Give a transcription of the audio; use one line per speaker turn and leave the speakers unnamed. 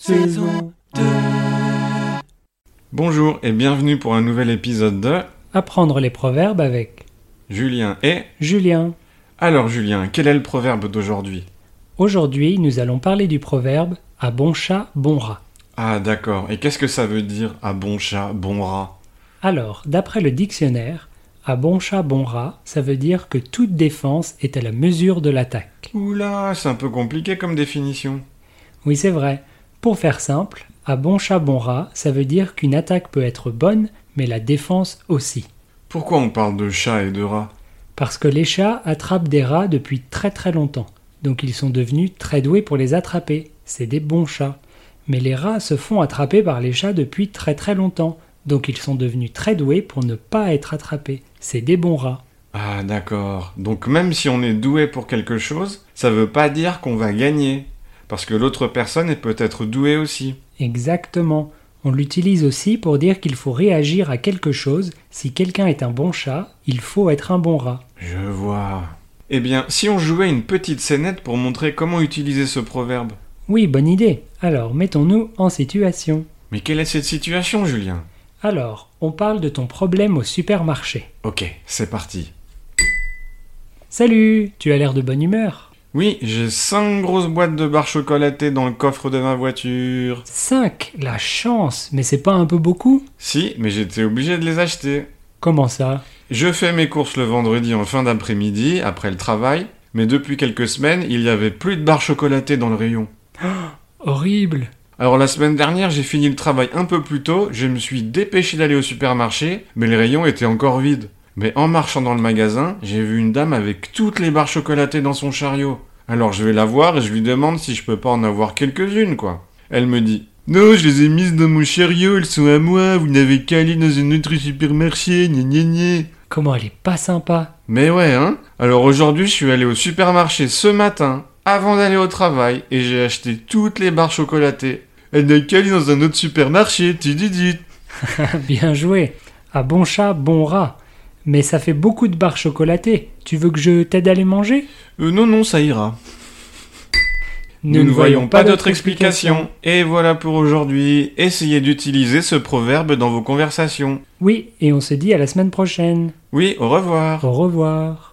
saison 2.
Bonjour et bienvenue pour un nouvel épisode de
Apprendre les proverbes avec
Julien et...
Julien.
Alors Julien, quel est le proverbe d'aujourd'hui
Aujourd'hui, nous allons parler du proverbe à bon chat, bon rat.
Ah d'accord, et qu'est-ce que ça veut dire à bon chat, bon rat
Alors, d'après le dictionnaire, à bon chat, bon rat, ça veut dire que toute défense est à la mesure de l'attaque.
Oula, c'est un peu compliqué comme définition.
Oui, c'est vrai. Pour faire simple, à bon chat, bon rat, ça veut dire qu'une attaque peut être bonne, mais la défense aussi.
Pourquoi on parle de chat et de rat
Parce que les chats attrapent des rats depuis très très longtemps, donc ils sont devenus très doués pour les attraper. C'est des bons chats. Mais les rats se font attraper par les chats depuis très très longtemps, donc ils sont devenus très doués pour ne pas être attrapés. C'est des bons rats.
Ah d'accord, donc même si on est doué pour quelque chose, ça veut pas dire qu'on va gagner, parce que l'autre personne est peut-être douée aussi.
Exactement. On l'utilise aussi pour dire qu'il faut réagir à quelque chose. Si quelqu'un est un bon chat, il faut être un bon rat.
Je vois. Eh bien, si on jouait une petite scénette pour montrer comment utiliser ce proverbe.
Oui, bonne idée. Alors, mettons-nous en situation.
Mais quelle est cette situation, Julien
Alors, on parle de ton problème au supermarché.
Ok, c'est parti.
Salut, tu as l'air de bonne humeur.
Oui, j'ai cinq grosses boîtes de barres chocolatées dans le coffre de ma voiture.
5. La chance, mais c'est pas un peu beaucoup
Si, mais j'étais obligé de les acheter.
Comment ça
Je fais mes courses le vendredi en fin d'après-midi, après le travail, mais depuis quelques semaines, il n'y avait plus de barres chocolatées dans le rayon.
Horrible.
Alors la semaine dernière, j'ai fini le travail un peu plus tôt, je me suis dépêché d'aller au supermarché, mais les rayons étaient encore vides. Mais en marchant dans le magasin, j'ai vu une dame avec toutes les barres chocolatées dans son chariot. Alors je vais la voir et je lui demande si je peux pas en avoir quelques-unes, quoi. Elle me dit Non, je les ai mises dans mon chariot, elles sont à moi, vous n'avez qu'à aller dans un autre supermarché, gna gna gna.
Comment elle est pas sympa.
Mais ouais, hein Alors aujourd'hui, je suis allé au supermarché ce matin, avant d'aller au travail, et j'ai acheté toutes les barres chocolatées. Elle n'a qu'à aller dans un autre supermarché, tididit.
Bien joué. À bon chat, bon rat. Mais ça fait beaucoup de barres chocolatées. Tu veux que je t'aide à les manger
Euh, non, non, ça ira. Nous ne voyons pas d'autre explication. Et voilà pour aujourd'hui. Essayez d'utiliser ce proverbe dans vos conversations.
Oui, et on se dit à la semaine prochaine.
Oui, au revoir.
Au revoir.